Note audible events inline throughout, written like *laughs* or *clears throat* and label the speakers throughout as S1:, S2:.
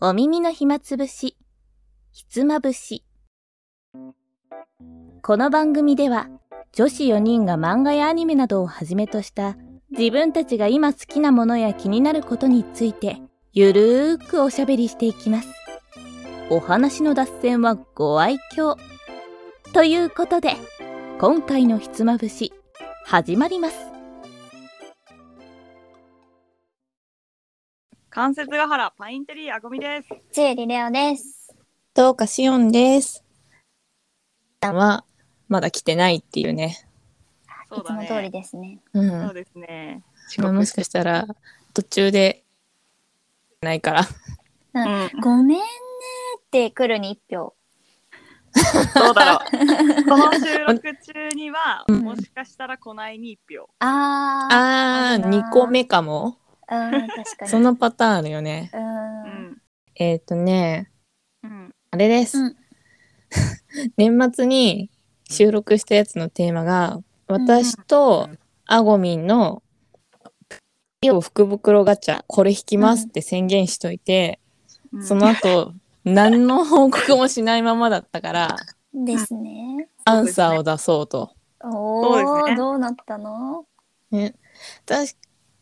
S1: お耳の暇つぶし、ひつまぶし。この番組では、女子4人が漫画やアニメなどをはじめとした、自分たちが今好きなものや気になることについて、ゆるーくおしゃべりしていきます。お話の脱線はご愛嬌。ということで、今回のひつまぶし、始まります。
S2: 関節ヶ原パインテリーあごみです。
S3: チエリレオです。
S4: どうかしおんです。はまだ来てないっていうね。
S2: そう
S3: いつ
S2: だ
S3: も
S2: ね。
S3: 通りですね。
S4: うん。
S2: そうですね。
S4: まあもしかしたら途中でないから。
S2: うん、
S3: ごめんねって来るに一票。
S2: どうだろ
S3: *laughs*
S2: う。この収録中には、もしかしたらこないに一票。
S3: あ
S4: あ
S3: あ
S4: ー
S3: るなー
S4: 2個目かも。
S3: あ、うん、確か
S2: *laughs*
S3: に。
S4: そのパターンあるよね。
S3: う。
S2: うんん。
S4: えっ、とね、
S2: うん。
S4: あれです。
S3: うん
S4: *laughs* 年末に収録したやつのテーマが私とあごみんの福袋ガチャこれ引きますって宣言しといて、
S2: うん
S4: その *laughs* 後、何の報告もしないままだったから、
S3: ですね。
S4: アンサーを出そうと。
S3: お
S2: そうです
S3: お、
S2: ね
S3: どうなったの
S4: ね、確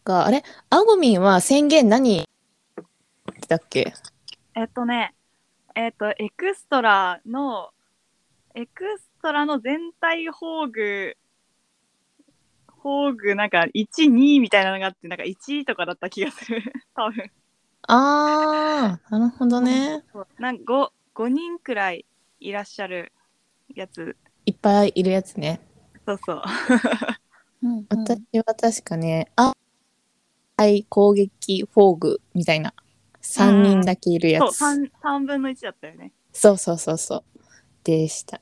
S4: か、あれアゴミンは宣言何だっけ
S2: えっとね、えっと、エクストラの、エクストラの全体宝具、宝具なんか1、2みたいなのがあって、なんか1とかだった気がする。 *laughs* 多分。
S4: あー、なるほどね。
S2: そうなんか 5, 5人くらいいらっしゃるやつ。
S4: いっぱいいるやつね。
S2: そうそう。
S3: うんうん
S4: 私は確かね、あ、はい、攻撃、フォーグみたいな。3人だけいるや
S2: そう
S4: つ。
S2: 3、三分の1だったよね。
S4: そうそうそうそう。でした。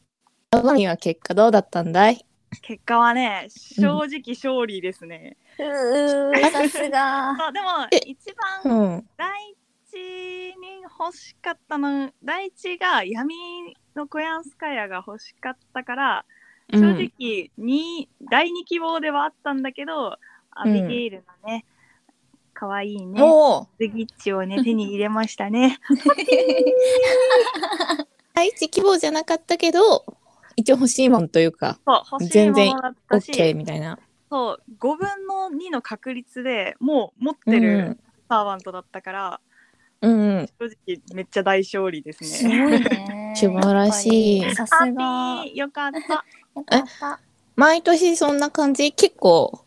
S4: アゴミンは結果どうだったんだい
S2: 結果はね、正直勝利ですね。
S3: うー、さす
S2: *laughs*
S3: が。
S2: そうでも
S4: え、
S2: 一
S4: う
S2: 番
S4: ん。
S2: 第一に欲しかったの、第一が闇のコヤンスカヤが欲しかったから、
S4: う
S2: 正
S4: ん
S2: 直、に第二希望ではあったんだけど、アビゲイルのね、可愛いね、
S4: もう
S2: ズギッチをね、手に入れましたね。
S4: 第一希望じゃなかったけど一応欲しいもんというか
S2: そう、欲しい
S4: 全
S2: も
S4: 然
S2: のだったし、
S4: OK みたいな、
S2: そう、5分の2の確率でもう持っ
S4: う
S2: て
S4: んう
S2: る
S4: ん、
S2: サーバントだったから、
S4: うんうん
S2: 正直めっちゃ大勝利です
S3: す
S2: ね。
S3: ごいね。
S4: 素晴らしい
S3: やっぱりさす
S2: ハ
S3: が
S2: ッ。ピーよかった。
S3: よかった。
S4: 毎年そんな感じ結構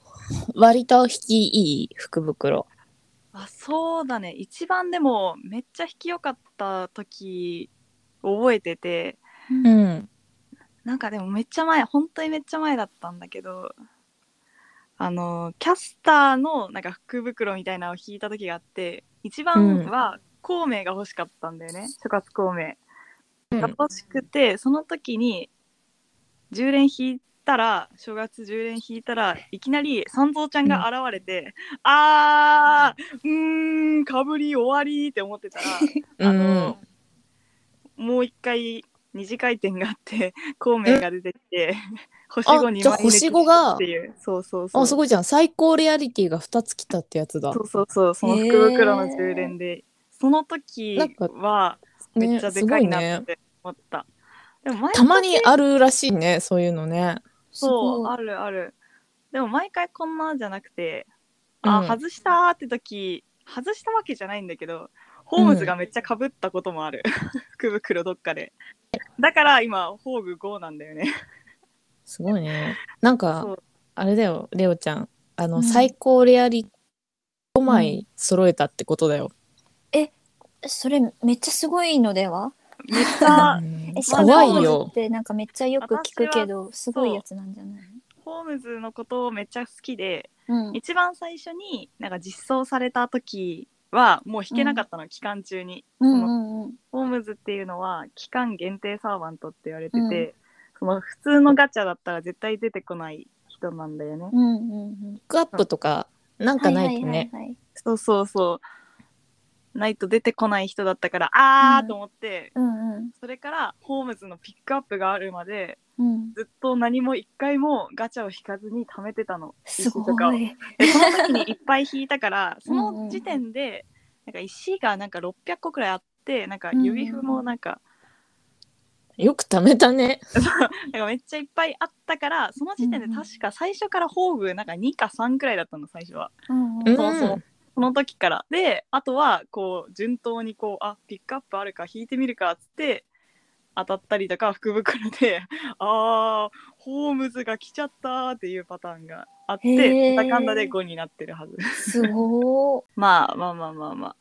S4: 割と引きいい福袋
S2: *laughs* あそうだね一番でもめっちゃ引きよかった時覚えてて
S4: うん
S2: なんかでもめっちゃ前本当にめっちゃ前だったんだけどあのキャスターのなんか福袋みたいなのを引いた時があって一番は孔明が欲しかったんだよね、諸葛孔明。が欲しくて、その時に10連引いたら正月10連引いたらいきなり三蔵ちゃんが現れて「あーうーんかぶり終わり」って思ってたら
S4: う
S2: あ
S4: ん
S2: の、もう一回二次回転があって *laughs* 孔明が出てきて星5に
S4: じゃあ
S2: 枚抜き
S4: 星五が
S2: っていうそうそうそう
S4: あすごいじゃん最高レアリティが2つ来たってやつだ
S2: そうそうそうその福袋の10連で、その時
S4: なんか
S2: はめっちゃ
S4: ね
S2: です
S4: ご
S2: かい
S4: い
S2: なっ
S4: ね
S2: て思った。でも毎
S4: たまに
S2: 年
S4: あるらしいねそういうのね
S3: す
S2: そ
S3: ご
S2: う
S3: い
S2: あるあるでも毎回こんなじゃなくてあ、
S4: うん
S2: 外したーって時外したわけじゃないんだけどホームズがめっちゃかぶったこともある、福 *laughs* 袋どっかでだから今ホーグ5なんだよね
S4: すごいねなん
S2: そ
S4: か
S2: う
S4: あれだよレオちゃんあの、
S3: うん
S4: 最高レアリティ5枚揃えたってことだよ、
S3: それめっちゃすごいのでは
S2: めっちゃ
S4: うん
S3: え、しかも
S4: 怖い
S3: っ
S4: よ
S3: てなんかめっちゃよく聞くけど、すごいやつなんじゃない
S2: ホームズのことをめっちゃ好きで
S3: うん。
S2: 一番最初になんか実装された時はもう弾けなかったの、期間中に
S3: うんうんうん。
S2: ホームズっていうのは期間限定サーバントって言われてて、その普通のガチャだったら絶対出てこない人なんだよね。
S3: うんうんうん。
S4: ピックアップとかなんかない
S3: はい
S4: とね。
S3: はいはいはい
S2: そうそうそう。ないと出てこない人だったからあ
S3: う
S2: ー
S3: ん
S2: と思って、
S3: うんうん
S2: それからホームズのピックアップがあるまで
S3: うん。
S2: ずっと何も一回もガチャを引かずに貯めてたの。
S3: すご
S2: 石とかを
S3: い。
S2: でその時にいっぱい引いたからそ
S3: *laughs* うんう
S2: の
S3: ん
S2: 時点でなんか石がなんか600個くらいあっってなんか
S3: うん
S2: 指符もなんか,、
S4: よく貯めたね。
S2: なんかめっちゃいっぱいあったからその時点で確か最初から宝具なんか2か3くらいだったの最初は
S3: うん
S4: うん
S2: そうそうその時からであとはこう順当にこうあピックアップあるか引いてみるかっつって当たったりとか福袋で *laughs* あーホームズが来ちゃったーっていうパターンがあっ
S3: へ
S2: て
S3: ー
S2: なんだかんだで5になってるはず *laughs*
S3: すごー
S2: まあまあまあまあまあ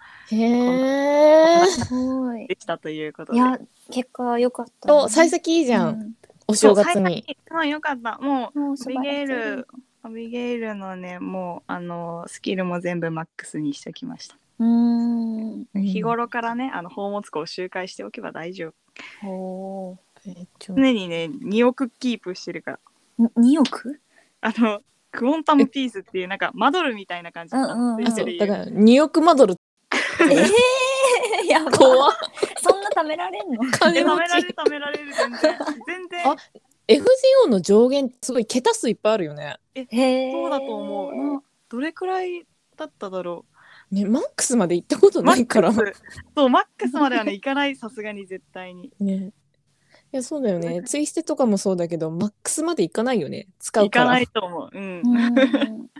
S4: へー。
S3: すごい
S2: できたということ
S3: い
S2: で
S3: や結果良かった
S4: と、幸先いいじゃん。
S3: うん
S4: お正月に。
S2: そうはいよかったもう
S3: もう
S2: ア
S3: 素
S2: ビゲイ
S3: 晴らしい
S2: ルアビゲイルのねもうあのスキルも全部マックスにしておきました、
S3: うーん
S2: 日頃からねあの宝物庫を周回しておけば大丈夫
S3: お
S4: えちょ
S2: 常にね2億キープしてるから
S3: ー2億
S2: あの、クォンタムピースっていう、なんか、マドルみたいな感じ。
S3: うんうんうん
S4: あ、
S2: つ
S4: そ
S2: いてる
S4: う。だから、2億マドル。
S3: ええやば
S2: *laughs*
S4: 怖っ。
S3: そんな貯められんの
S2: え
S4: 金
S2: 貯めら
S4: 持
S2: れ
S4: ち
S2: る。貯められる全
S4: *laughs*
S2: 然全然
S4: あ FGO の上限、すごい桁数いっぱいあるよね。
S3: へえ
S2: そうだと思う、などれくらいだっただろ
S4: ね、マックスまで行ったこと
S2: うマ
S4: *laughs* な
S2: ッ
S4: いから。
S2: クスそうマックスまではねいかないさすがに絶対に
S4: ね。いや、そうだよね。ツイステとかもそうだけど、マックスまで行かないよね。使
S2: いう
S4: か。
S2: からないと思ううん、
S3: う
S2: うん
S3: ん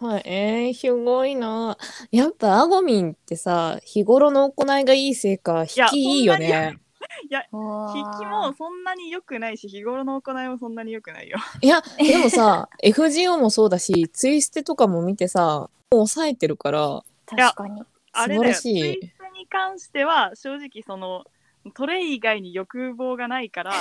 S4: はい、えー、すごいな。やっぱ、アゴミンってさ、日頃の行いがいいせいか、引きいいよ
S2: いや
S4: ね。
S3: 引
S2: 引きもそんなに良くないし日頃の行いもそんなに良く
S4: *laughs*
S2: ないよ
S4: いや、でもさ、FGO *laughs* もそうだし、ツイステとかも見てさ、もう抑えてるから、
S3: 確かに
S2: あれだよ
S4: 素晴らしい
S2: ツイストに関しては正直そのトレイ以外に欲望がない
S4: *laughs*
S2: から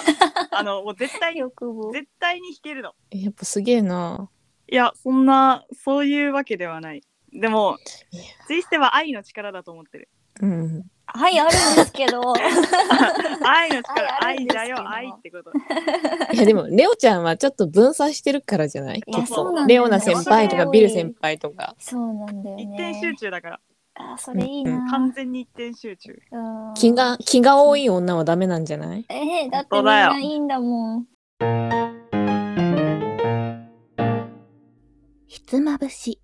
S2: あのもう絶対に
S3: 欲望
S2: 絶対に引けるの
S4: やっぱすげえな。
S2: いや、そんな、そういうわけではない。でも
S4: いや、
S2: ツイステは愛の力だと思って
S3: *laughs*
S2: る。
S4: うん。
S3: はいあるんですけど
S2: 愛の力、
S3: 愛ある
S2: 愛
S3: んですけど
S2: だよ、愛ってこと。
S4: いや、でも、レオちゃんはちょっと分散してるからじゃない
S3: いや
S4: 結
S2: そう
S4: 構
S2: なんだよね
S4: レオナ先輩とか、ビル先輩とか。
S3: そうなんだよね
S2: 一点集中だから、
S3: あそれいい
S4: うん
S3: な
S2: 完全に一点集中。
S3: うん
S4: 気が、気が多い女はダメなんじゃない
S3: えー、だって
S2: 本当
S3: みん
S2: だよ
S3: ないいんだもん
S1: ひつまぶし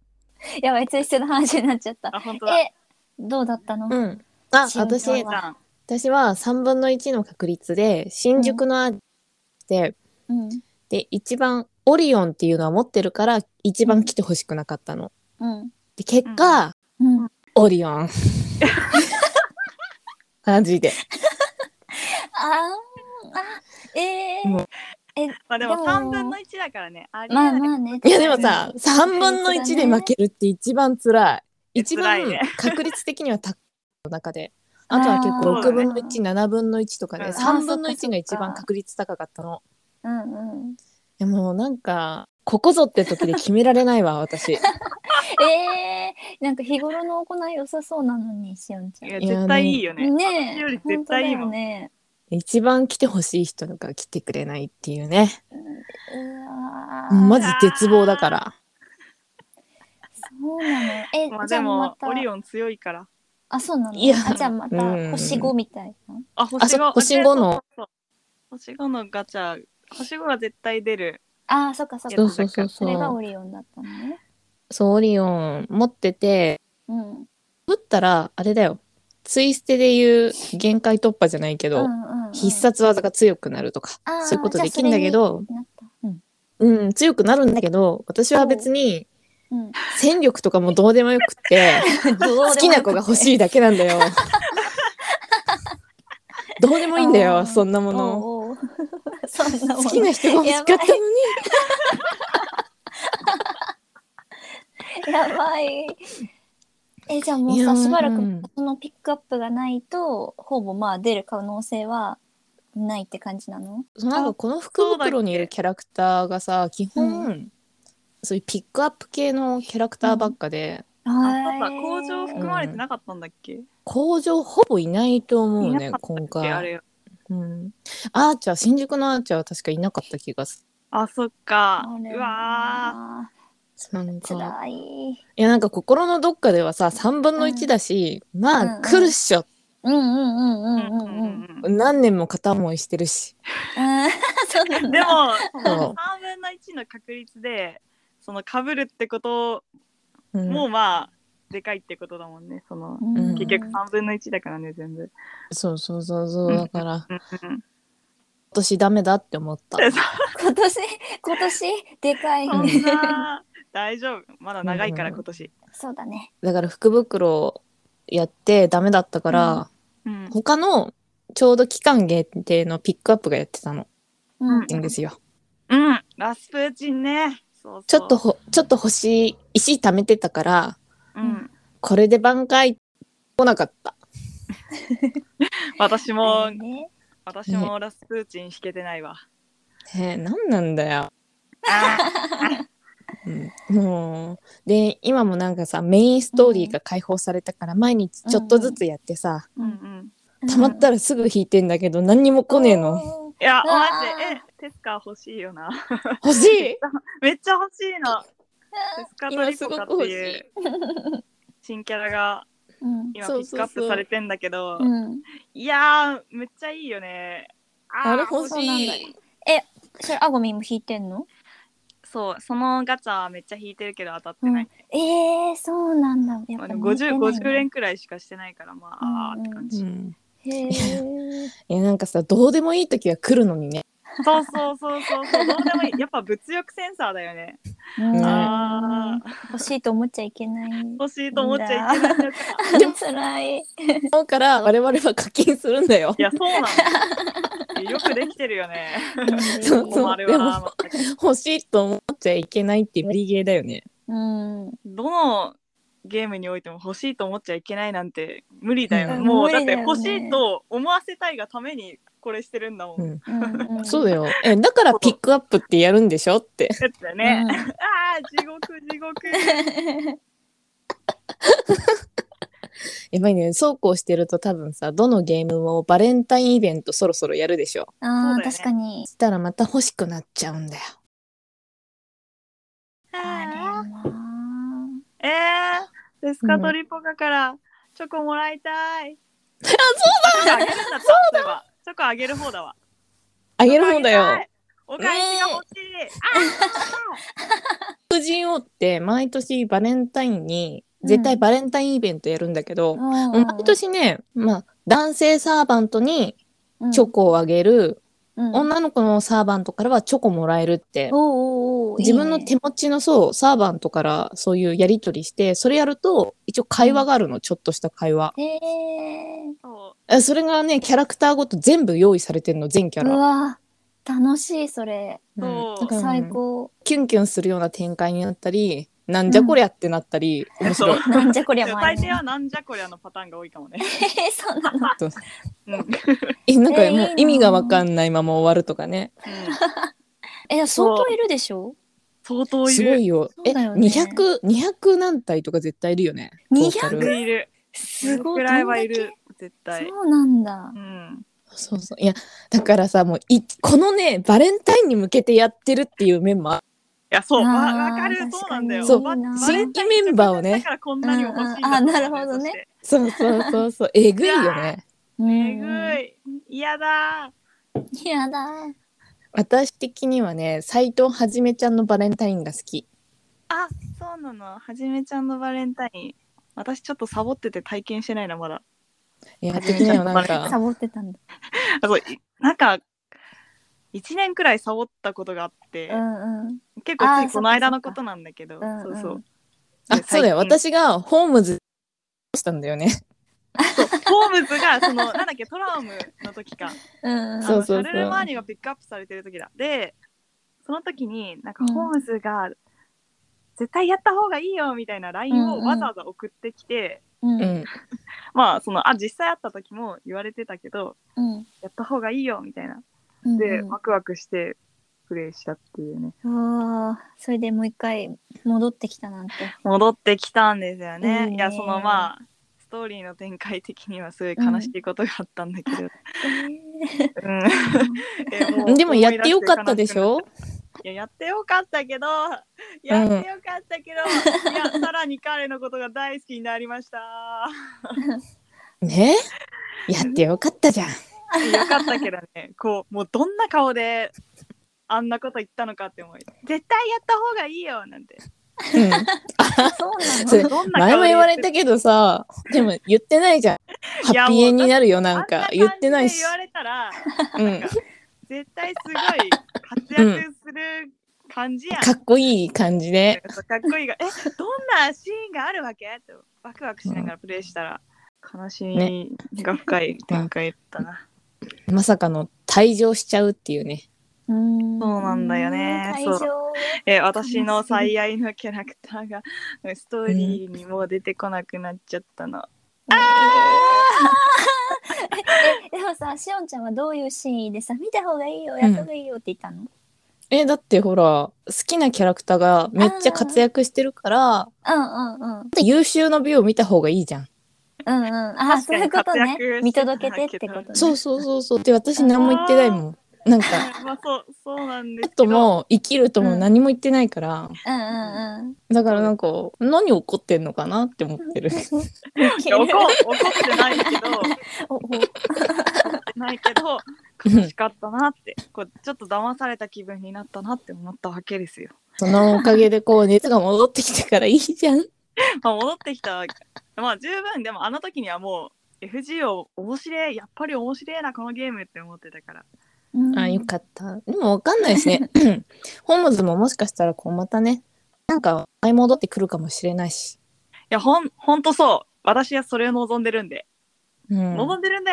S3: やばいツイステの話になっちゃった
S2: あ、本当だ。
S3: えどうだったの、
S4: うん。あ、
S3: 慎重
S4: 私、
S2: 姉さん、
S4: 私は3分の1の確率で、新宿のアーチで、
S3: うん
S4: で、一番、オリオンっていうのは持ってるから、一番来てほしくなかったの。
S3: うん
S4: で、結果、
S3: うん、
S4: オリ
S2: *laughs*
S4: オン。マジで。
S3: あーあえー
S4: も
S2: まあでも
S3: でも
S2: 3分の1だからね、ありえ
S3: まあ
S2: ない
S3: まあね
S4: いやでもさ、3分の1で負けるって一番辛い。
S2: え
S4: 一
S2: 辛
S4: 番
S2: いね
S4: 確率的には高いの中で。あとは結構
S2: *laughs* あーそ
S4: 6
S2: うだね
S4: 分の1、7分の1とか
S2: うん
S4: で、3分の
S3: あーそっかそっ
S4: 1
S3: か
S4: が一番確率高かったの。
S3: うんうん
S4: でもなんか、ここぞって時で決められない
S2: *laughs*
S4: わ、私。
S3: えー、なんか日頃の行い良さそうなのにしおんちゃ
S2: い
S3: ん
S2: や、
S4: いや
S2: 絶対いいよね。
S3: ね
S2: 私より
S3: え
S2: 絶対いいもん
S3: 本当だよね
S4: 一番来てほしい人が来てくれないっていうね。
S3: うわー
S4: マジ絶望だから。
S3: そうなのえ、
S2: まあ
S3: じゃ
S2: で
S3: あま
S2: も、
S3: た
S2: オリオン強いから。
S3: あそうなの
S4: いや
S3: あじゃあまた
S4: うん
S3: 星5みたいな、
S2: あ、星5。
S4: あそう星五の
S2: そうそうそう。星5のガチャ、星5が絶対出る。
S3: あーそっかそっか
S4: そうそうそう
S3: そ
S4: そ
S3: れが
S4: う
S3: オ。リオンだったのね
S4: そう、オリオン持ってて、
S3: うん
S4: ぶったらあれだよツイステでいう限界突破じゃないけど、
S3: うんうんうん
S4: 必殺技が強くなるとか
S3: あー
S4: そういうことできるんだけど
S3: なったうん
S4: うん強くなるんだけど私は別に
S3: うん
S4: 戦力とかもどうでもよくって好きな子が欲しいだけなんだ
S3: *laughs*
S4: よどうでもいいんだ
S3: あ
S4: よ
S3: ー
S4: そんなもの
S3: おうお *laughs* うそんなも
S4: 好
S3: の
S4: きな人が欲しかったのに
S3: やばいえじゃあもう
S4: いや
S3: さしばら
S4: う
S3: く
S4: ん
S3: そのピックアップがないとほぼまあ出る可能性はないって感じなの
S4: そうなんかこの福袋にいるキャラクターがさ基本、
S3: う
S4: そういうピックアップ系のキャラクターばっかで、
S2: あ、
S3: は
S2: そ
S3: いう
S2: だ、工場含まれてなかったんだっけ
S4: 工場ほぼいないと思う
S2: い
S4: ね
S2: なかったっけあ
S4: 今回、
S2: れ。
S4: うん、アーチャー新宿のアーチャーは確かいなかった気がす
S2: あ、そっか。
S3: あれ
S2: うわー。
S3: は
S4: るなん
S3: つ
S4: から
S3: い
S4: いやなんか心のどっかではさ3分の1だし、
S3: うん
S4: ま
S3: う
S4: あ
S3: ん
S4: 来るっしょ、
S3: うんうんうん
S2: う
S3: うんんうんうん
S2: うんうん
S4: 何年も片思いしてるし
S3: うんそうなん
S2: で
S3: だ
S2: も、
S4: そ
S2: 3
S4: う
S2: 分の1の確率で、その被るってこと
S4: うん
S2: も、まあ、でかいってことだもんねその
S3: うん
S4: うん
S2: 結局3分の1だからね全部
S4: そうそうそうそううんだから
S2: うんうん
S4: 私ダメだって思った
S2: でそ
S3: 今年、今年、でかい。
S2: そんな大丈夫まだ長いから今年
S3: そうだね。
S4: だから福袋をやってダメだったから、
S2: うん
S4: 他のちょうど期間限定のピックアップがやってたの
S3: うん
S2: うん
S4: いいんですよ
S2: うんラスプーチンねそうそう
S4: ちょっとほちょっと欲しい石貯めてたから
S2: うん
S4: これで挽回来なかった
S2: 私も
S3: ね、
S2: 私もラスプーチン弾けてないわ
S4: えー、何なんだよ、
S2: あ
S4: うん、もうで今もなんかさメインストーリーが解放されたから毎日ちょっとずつやってさ、
S2: うんうん
S4: たまったらすぐ弾いてんだけど何にも来ねえの
S3: の。
S2: いや
S3: うわ
S2: マ
S3: ー
S2: ジでえテスカ欲しいよな
S4: 欲しい
S2: *laughs* めっちゃ欲しいのテスカト
S4: 今
S2: リ
S4: す
S2: コ
S4: ご
S2: カ
S4: く
S2: って
S4: 欲
S2: い
S4: しいう
S2: 新キャラが
S3: うん。
S2: 今ピ
S4: そう
S2: ッ
S4: そう
S2: ク
S4: そう
S2: アップされてんだけど
S3: うん。
S2: いやーめっちゃいいよねあー
S4: あれ欲しい
S2: 欲し
S3: それ、アゴミンも弾いてんの
S2: そうそのガチャはめっちゃ引いてるけど当たってない、
S3: ええ、そうなんだ。や
S2: ま
S3: っ
S2: あ、で
S3: ぱ
S2: も 50, 50
S3: 連。
S2: 連くらいしかしてないからまああ
S3: う
S2: ーっ
S3: んうん
S2: て感
S4: う
S2: じ、
S4: ん、
S3: へえ。
S4: いやなんかさどうでもいい時は来るのにね
S2: そうそうそうそうそうどうでもいいやっぱ物欲センサーだよね
S3: うん
S2: あー
S3: 欲しいと思っちゃい
S2: *laughs*
S3: けない。
S2: 欲しいと思っちゃいけないのか
S3: でも辛い。
S4: だから我々は課金するんだよ
S2: いやそうなのよくできてるよね
S4: そう
S2: ここもあれはまあ
S4: 欲しいと思っちゃいけないって無理ゲーだよね
S3: うん。
S2: どのゲームにおいても欲しいと思っちゃいけないなんて無理だよ、
S4: うん
S2: も
S3: 無
S2: う
S3: 理
S2: だ
S3: だ
S2: っ
S3: よ
S2: て
S3: ね
S2: 欲しいと思わせたいがためにこれしてるんだもん、
S4: うん
S3: うんうん
S4: そうだよえだからピックアップってやるんでしょって
S2: だってね、ああー地獄地獄
S4: *laughs* やばいねそうこうしてると多分さどのゲームもバレンタインイベントそろそろやるでしょ
S3: あ
S2: そう
S3: あ、
S2: だよね
S3: 確かに
S4: そ。したらまた欲しくなっちゃうんだよ
S3: あれ
S2: あ
S3: はな
S2: ーえー、デスカトリポカからチョコもらいたい。あ、そうだあげるんだったそういえばチョコあげる方だわ。
S4: あげる方だ
S2: チョコあげた
S4: よ
S2: い。お返しが欲しい。
S4: FGO って毎年バレンタインに絶対バレンタインイベントやるんだけど、
S3: うん
S4: 毎年ね、まあ、男性サーバントにチョコをあげる、
S3: うん
S4: 女の子のサーバントからはチョコもらえるって、
S3: おうおうおう
S4: 自分の
S3: い
S4: 手持ちのそうサーバントからそういうやり取りしてそれやると一応会話があるの、ちょっとした会話
S3: いねへえ
S2: そ
S4: えそれがねキャラクターごと全部用意されてんの全キャ
S3: う
S4: ラ、
S3: わ楽しいそれ
S2: う
S4: うん
S2: そう
S4: うん
S3: 最高
S4: キュンキュンするような展開になったりなんじゃこりゃってなったり、面白い
S2: そ
S3: なんじゃ
S2: *laughs*
S3: こりゃ
S2: でも
S3: 前
S2: 大
S3: に
S2: 抵はなんじゃこりゃのパターンが多いかもね。
S3: えそうなの
S4: そう
S2: うんうん
S4: えなん
S3: え
S4: か
S3: ーいい
S4: も
S3: な
S4: う意味がわかんないまま終わるとかね
S3: え
S2: そう
S3: 相当いるでしょ
S2: 相当い
S4: すご
S2: る。
S4: いよ
S3: そう
S4: え
S3: だよね
S4: 200 200何体とか絶対いるよね
S3: 200
S4: トータル
S2: いるいる。
S3: す
S2: その
S3: ご
S2: く
S3: い
S2: らいはい
S3: どん
S2: る
S3: だ
S2: 絶
S3: け
S2: 対。
S3: そうなんだ
S2: うん。
S4: そうそういやだからさもういこのねバレンタインに向けてやってるっていう面もあ
S2: いやそうわ
S3: あ
S2: わ
S3: ー
S2: かるそうなんだよ。
S4: そう
S2: バ
S3: 新
S2: レンタイン
S4: 規メンバーをね
S2: だからこんなにも欲しいんだ
S3: うんうんあなるほどね。
S4: そうそうそうそうえぐいよね
S3: うん
S2: えぐい。嫌だ。
S3: やだ
S4: 私的にはね斎藤はじめちゃんのバレンタインが好き
S2: あ、そうなの。はじめちゃんのバレンタイン。私ちょっとサボってて体験してないな、まだ。
S4: いや
S2: は
S4: っ
S2: じ
S4: て
S2: め
S4: き
S2: ち
S4: な
S2: ゃん
S4: よ
S2: の
S4: な
S2: バ
S4: ん
S2: レン
S4: か
S3: サボってたんだ
S2: あそういなんか、1年くらいサボったことがあって、
S3: うんうん
S2: 結構つ
S3: あ
S2: い
S3: ー
S2: この間のことなんだけど、
S3: そっ
S2: そ
S3: かそ
S2: うそう
S3: っかうんう。
S4: あ
S2: で
S4: そうだよ
S2: 最近
S4: 私がホームズしたんだよね
S2: そうホームズが、その、なんだっけ、トラウムの時か。
S3: うん
S4: そう
S2: あのシャルルマーニがピックアップされてる時だ。で、その時に、なんか
S3: うん
S2: ホームズが、絶対やった方がいいよみたいな LINE をわざわざ送ってきて、
S3: うん
S4: うん
S2: まあ、その、あ、実際会った時も言われてたけど、
S3: うん
S2: やった方がいいよみたいな。
S3: うん
S2: で、
S3: う
S2: ワクワクしてプレイしたっていうね。
S3: んうわそれでもう一回戻ってきたなんて
S2: 戻ってきたんですよね。
S3: いい
S2: い
S3: ね
S2: や、そのまあ、ストーリーの展開的にはすごい悲しいことがあったんだけど。うん *laughs* えう
S4: でもやってよかったでしょ
S2: いや、やってよかったけど、やってよかったけど、いや、さらに彼のことが大好きになりました。
S4: ねやってよかった
S2: *laughs*
S4: じゃん
S2: よかったけど
S4: *laughs*
S2: ね、こう、もうどんな顔で、あんなこと言ったのかって思い。絶対やった方がいいよなんて。
S4: うん
S3: *laughs* そうなの
S4: それ
S2: どんな
S4: 前も言われ
S2: て
S4: たけどさでも言ってないじゃんハ
S2: いや
S4: ッピーエン
S2: もう
S4: になるよなん
S2: あ
S4: か
S2: ん
S4: 言ってないし
S2: 感じで言われたら
S4: うん
S2: なんか絶対すごい活躍する感
S4: *laughs*
S2: じやん、
S4: かっこいい感じで
S2: かっこいいが「えどんなシーンがあるわけ?」ってワクワクしながらプレイしたら、悲しみが深い展開だったな、
S4: まさかの退場しちゃうっていうね
S3: うん
S2: そうなんだよね
S3: 会
S2: そう
S3: 場
S2: え私の最愛のキャラクターがストーリーにもう出てこなくなっちゃったの、
S3: でもさしおんちゃんはどういうシーンでさ見た方がいいよやった方がいいよって言ったの、
S4: えだってほら好きなキャラクターがめっちゃ活躍してるから
S3: うんうんうん
S4: 優秀な美を見た方がいいじゃん
S3: うんうんああ
S2: 確
S3: そ
S2: か
S3: うい
S2: に
S3: うことね
S2: 活躍してたけど
S3: 見届けてってことね
S4: そうそうそうそうで私何も言ってないもんなんか
S2: まあそうそうなんで
S4: ち
S2: す
S4: ょっ
S2: け
S4: と
S2: ど
S4: もう生きるとも何も言ってないか
S3: う
S4: ら、
S3: んうんうん
S4: だからなんか何怒ってんのかなって思って *laughs* る
S2: いや怒怒ってないけど
S3: おお
S2: ないけど悲しかったなってこうちょっと騙された気分になったなって思ったわけですよ。
S4: そのおかげでこう熱が戻ってきたからいいじゃん
S2: まあ、 *laughs* 戻ってきたまあ十分でもあの時にはもう FG を面白いやっぱり面白いなこのゲームって思ってたから
S3: うん
S4: あよかったでもわかんないしね *clears throat* ホームズももしかしたらこうまたねなんか買い戻ってくるかもしれないし、
S2: いやほんほんとそう私はそれを望んでるんで、
S4: うん、
S2: 望んでるん
S3: *laughs*
S2: で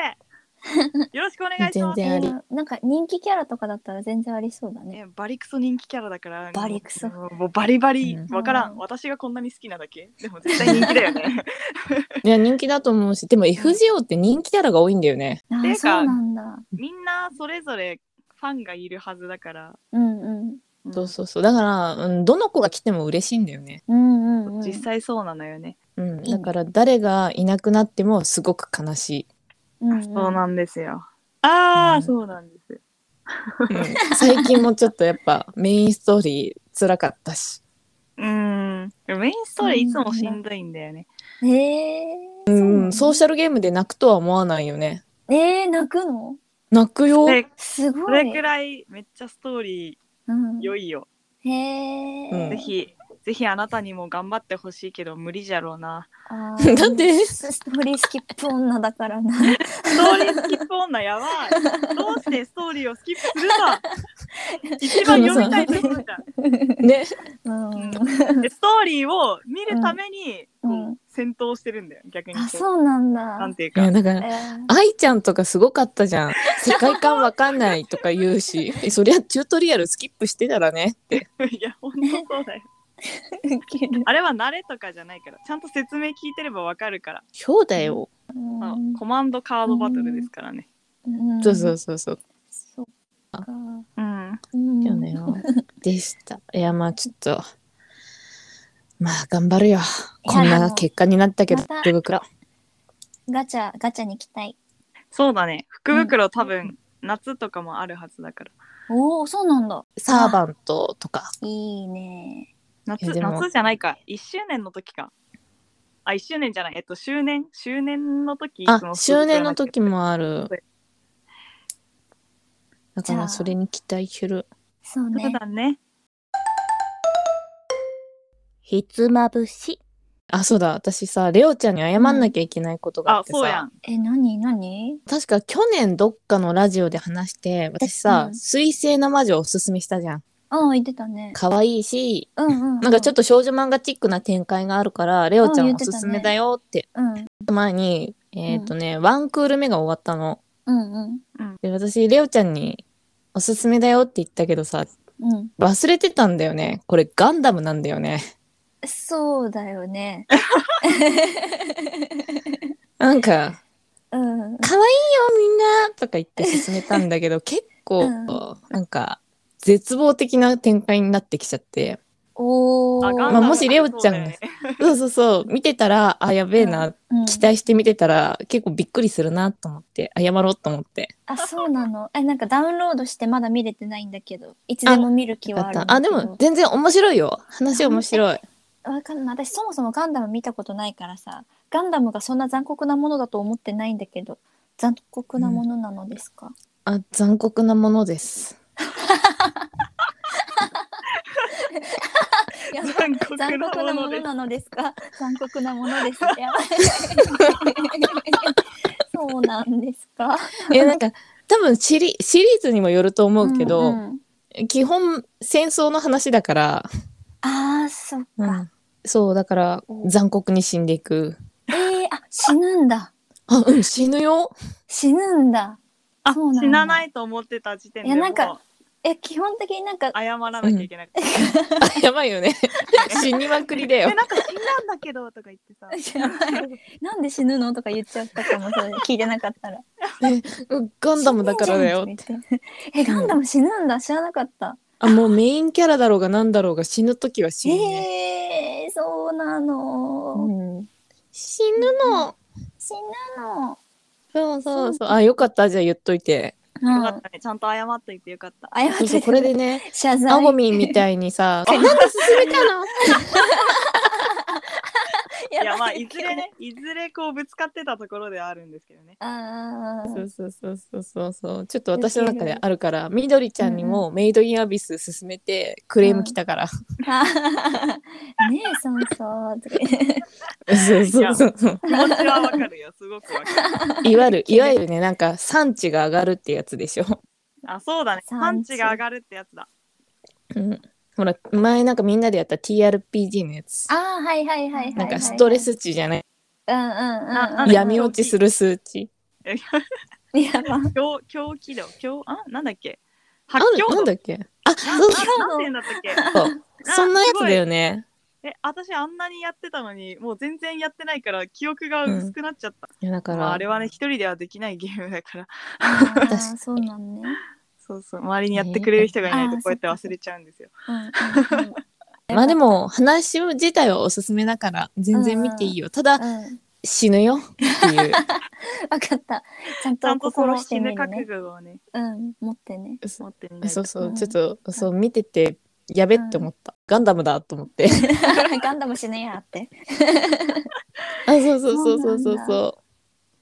S2: よろしくお願いします
S4: 全然あり
S3: うんなんか人気キャラとかだったら全然ありそうだね。
S2: えバリクソ人気キャラだから
S3: バリクソ
S2: もうもうバリバリ
S4: うん
S2: わからん私がこんなに好きなだけでも絶対人気だよ
S3: *laughs*
S2: ね
S4: いや人気だと思うしでも FGO って人気キャラが多いんだよね
S3: あ
S2: てい
S3: ー
S2: う
S3: そ
S2: か
S3: うなんだ。
S2: みんなそれぞれファンがいるはずだから、
S3: うんうん
S2: うん
S4: そうそうそうだから、うん、どの子が来ても嬉しいんだよね、
S3: うんうんうん。
S2: 実際そうなのよね、
S4: うん、だから誰がいなくなってもすごく悲し
S3: うんうん
S2: そうなんですよああ、
S4: うん
S2: そうなんです
S4: い、うん、最近もちょっとやっぱメインストーリー辛かったし
S2: うーん。メインストーリーいつもしんどいんだよね。
S3: へえ。
S4: うん、ソーシャルゲームで泣くとは思わないよね。
S3: えー、泣くの
S4: 泣くよ。
S2: で、
S3: す
S2: そ
S3: ごい。
S2: れくらいめっちゃストーリ
S3: うん
S2: ー良いよ。
S3: へ
S4: うん
S2: ぜ
S3: え。
S2: ひ、ぜひあなたにも頑張ってほしいけど無理じゃろうな。
S3: あー
S4: だって
S3: スストーリースキップ女だからな。
S2: ストーリースキップ女やばい。どうしてストーリーをスキップするか一番読みたいところじゃん
S4: ね、
S3: うん。
S2: でストーリーを見るために、
S3: うん
S2: こう
S3: うん
S2: 戦闘してるんだよ、逆にこ
S3: あ、
S2: う。
S3: そうなん
S2: な
S3: だ
S2: ん。ていう
S4: い
S2: か。
S4: やだか
S3: え
S4: ら
S3: ー
S4: 愛ちゃんとかすごかったじゃん。世界観わかんないとか言うし、えそりゃチュートリアルスキップしてたらねって。
S2: いや、ほんとそうだよ。
S3: ウケる。
S2: あれは慣れとかじゃないから。ちゃんと説明聞いてればわかるから。
S4: そうだよ。
S3: うん
S2: まあコマンドカードバトルですからね。
S3: うん
S4: そうそうそうそう。
S3: そっか。
S2: うん。
S3: うん
S4: よね。でした。いやまあちょっと。まあ頑張るよ。こんな結果になったけど
S3: また、
S4: 手袋。
S3: ガチャ、ガチャに期待。
S2: そうだね。福袋多分、夏とかもあるはずだから。
S3: おお、そうなんだ。
S4: サーバントとか。
S3: いいね。
S2: 夏、
S4: いやでも
S2: 夏じゃないか。1周年の時か。あ、1周年じゃない。えっと、周年、周年の時。いつ
S4: あ、
S2: も
S4: 周年の時
S2: 福
S4: もある
S2: そう。
S4: だからそれに期待する。
S3: そう
S2: 袋
S3: ね
S2: なんだけど。そうだね。
S1: *laughs* ひつまぶし
S4: あ、そうだ、私さ、レオちゃんに謝んなきゃいけないことがあ
S2: あ
S4: っ、てさ、
S2: そうやん。
S3: え、なになに
S4: 確か去年どっかのラジオで話して、私さ、
S3: うん
S4: 水星の魔女をおすすめしたじゃん。
S3: ああ、言ってたね。
S4: 可愛いし、
S3: うんうん、うん。
S4: なんかちょっ
S3: と、
S4: と少女漫画チックな展開があるから、レオちゃ
S3: あ
S4: ん
S3: 言っ
S4: お
S3: て
S4: す
S3: たね
S4: すめだよって、
S3: うん、
S4: 前に、えっ、とね、ワンクール目が終わったの。
S3: うん
S4: で、私、レオちゃんに、おすすめだよって言ったけどさ、
S3: うん、うん。
S4: 忘れてたんだよね。これガンダムなんだよね。
S3: そうだよね。
S4: なんか、
S3: うん。
S4: 可愛いよみんなとか言って進めたんだ
S3: *laughs*
S4: けど結構、
S3: うん
S4: なんか絶望的な展開になってきちゃって
S3: おお。
S2: あ、ガン
S4: ま
S2: ダ
S4: あ
S2: ム
S4: もしレオちゃんが
S2: そうだよね
S4: そうそうそう見てたらあやべえな、
S3: うん
S4: 期。待して見てたら結構びっくりするなと思って謝ろうと思って
S3: あ、そうなの。え、なんかダウンロードしてまだ見れてないんだけど、いつでも見る気
S4: だ
S3: はあ
S4: っ
S3: るんだ
S4: た
S3: けど。
S4: あでも全然面白いよ話面白い
S3: わかんない。私そもそもガンダム見たことないからさ、ガンダムがそんな残酷なものだと思ってないんだけど、残酷なものなのですか。
S4: あ残酷なものです
S3: やばい
S2: 残酷
S3: 残
S2: な
S3: 酷な
S2: もの
S3: もの
S2: です。
S3: なのですか残酷なものです。やばい
S4: *laughs*
S3: そうなんですか。 *laughs*
S4: えなんか多分シリシリーズにもよると思うけど、
S3: んん
S4: 基本戦争の話だから、
S3: ああ、そっか。
S4: そうだから
S3: うん
S4: 残酷に死んでいく
S3: ええあ、死ぬんだ。
S4: あうん死ぬよ *laughs*
S3: 死ぬんだ。
S2: あ
S3: そうなんだ
S2: 死なないと思ってた時点で
S3: いや
S2: も
S3: な
S2: うん
S3: かえ、基本的になんか、
S2: 謝らなきゃいけなくて、
S4: *laughs* あやばいよね *laughs* 死にまくりだ
S2: え
S4: よ
S2: なんか死んだんだけどとか言ってさ
S3: やばい *laughs* なんで死ぬのとか言っちゃったかもしれない。聞いてなかったら。
S4: うんガンダムだからだよ
S3: 死んじゃんとか言って。え、ガンダム死ぬんだ。知らなかった。
S4: あもうメインキャラだろうがなんだろうが死ぬ時は死ぬ、
S3: え
S4: ね
S3: えそうなの。
S4: うん死ぬの
S3: 死ぬの。
S4: そうそうそうあよかったじゃあ言っといて
S3: う
S2: よ
S3: ん
S2: かったねちゃんと謝っといてよかった
S3: 謝っ
S4: そ
S3: と
S4: う
S3: い
S4: そう
S3: て
S4: これで *laughs* ね
S3: 謝罪
S4: アゴミンみたいにさ *laughs* えなんか進めたの
S2: いやまあいずれねいずれこうぶつかってたところではあるんですけどね
S3: あ
S4: そうそうそうそうそうそうちょっと私の中であるからみどりちゃんにもメイドインアビス勧めてクレーム来たから、
S3: あねえそうそうとか言
S4: *laughs*
S3: って
S4: そうそうそうそう
S2: 気持ちはわかるよすごくわかる
S4: いわゆるいわゆるねなんか産地が上がるってやつでしょ、
S2: あそうだね
S3: 産
S2: 産
S3: 地
S2: 地が上がるってや
S4: *laughs*
S2: つだ
S4: うん、ほら前なんかみんなでやった TRPG のやつ
S3: あーはいはいはいはいはい
S4: なんかストレス値じゃな
S3: う
S4: い、
S3: んうんうん
S2: あ
S3: うん
S4: 闇落ちする数値
S2: え
S3: やば
S2: 狂狂気度狂あなんだっけ
S4: あ
S2: 発狂
S4: なん
S2: 度
S4: だっけあそうそう
S2: あなんて言うんだったっけ
S4: そうそんなやつだよね
S2: え私あんなにやってたのにもう全然やってないから記憶が薄くなっちゃった、
S4: いやだか
S2: まあ、
S4: ら
S2: あれはね一人ではできないゲームだから
S4: *laughs*
S3: あー
S4: 私
S3: そうなんね
S2: そうそう周りにやってくれる人がいないと
S3: ね
S2: こうやって忘れちゃうんですよ
S3: うんうんうん
S4: *laughs* まあでも話自体はおすすめだから全然見ていいよ、ただ
S3: うん
S4: 死ぬよっていう
S3: わかったちゃん
S2: ちゃ
S3: と
S2: んとその
S3: 心し
S2: 死
S3: て
S2: ぬ
S3: みる
S2: 覚
S3: ね
S2: 悟をね
S3: うん持っ
S2: *laughs*
S3: てね
S2: 持ってみないと
S4: そうそう、
S3: うん
S4: ちょっとそう見ててやべって思った、ガンダムだと思って
S3: ガンダム死ねやって
S4: あそうそうそうそうそうそ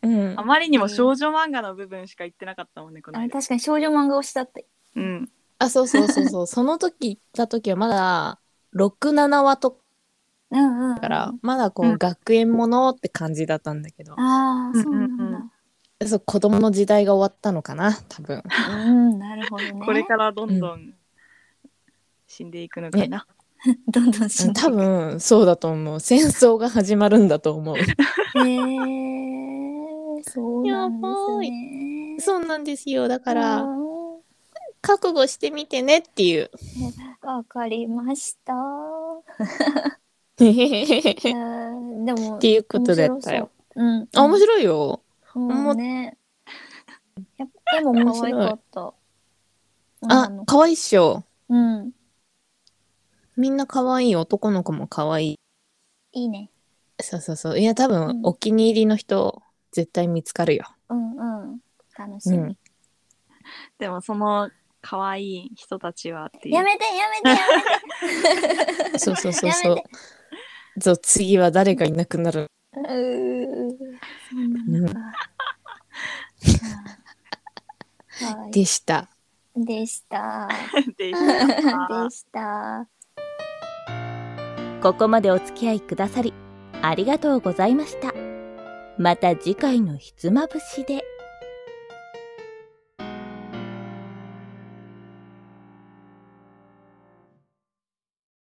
S4: ううん
S2: あまりにも少女漫画の部分しか言ってなかったもんねこの
S3: あれ
S2: 間
S3: 確かに少女漫画推しだって
S2: うん
S4: あそうそうそうそうその時行った時はまだ67話とか
S3: うんうんうん
S4: だからまだこう、
S2: うん
S4: 学園ものって感じだったんだけど
S3: ああそうなんだ
S4: そう子供の時代が終わったのかな多
S3: *laughs* う
S4: 分
S3: んなるほどね
S2: これからどんどん死んでいくのかな、
S3: どんどん死んでいく
S4: 多分そうだと思う戦争が始まるんだと思う *laughs*
S3: へえ、そうなんですね。
S4: そうなんですよだ
S3: か
S4: から覚悟してみてねっていう *laughs*
S3: わかりました。え
S4: っ
S3: ーでも、
S4: ていうことだったよ
S3: 面白そう。うん、
S4: あ面白いよ
S3: そうね。やっぱでも可愛かった。女
S4: あ
S3: の、子
S4: 可愛いっしょ。
S3: うん、
S4: みんな可愛い、男の子も可愛い。
S3: いいね。
S4: そうそうそう。いや、多
S3: うん、
S4: 分お気に入りの人、絶対見つか
S3: *laughs*
S4: るよ。
S3: うんうん。楽し
S4: う
S3: み。
S4: ん。
S2: でもその可愛い人たちはっていう *laughs*
S3: やめてやめてやめて。
S4: そうそうそうそ
S3: や
S4: う。そう、次は誰がいなくなる。
S3: うーそうなのか。可愛い
S4: でした。
S3: でした。
S2: て
S3: *laughs* でした。
S1: ここまでお付き合いくださり、ありがとうございました。また次回のひつまぶしで。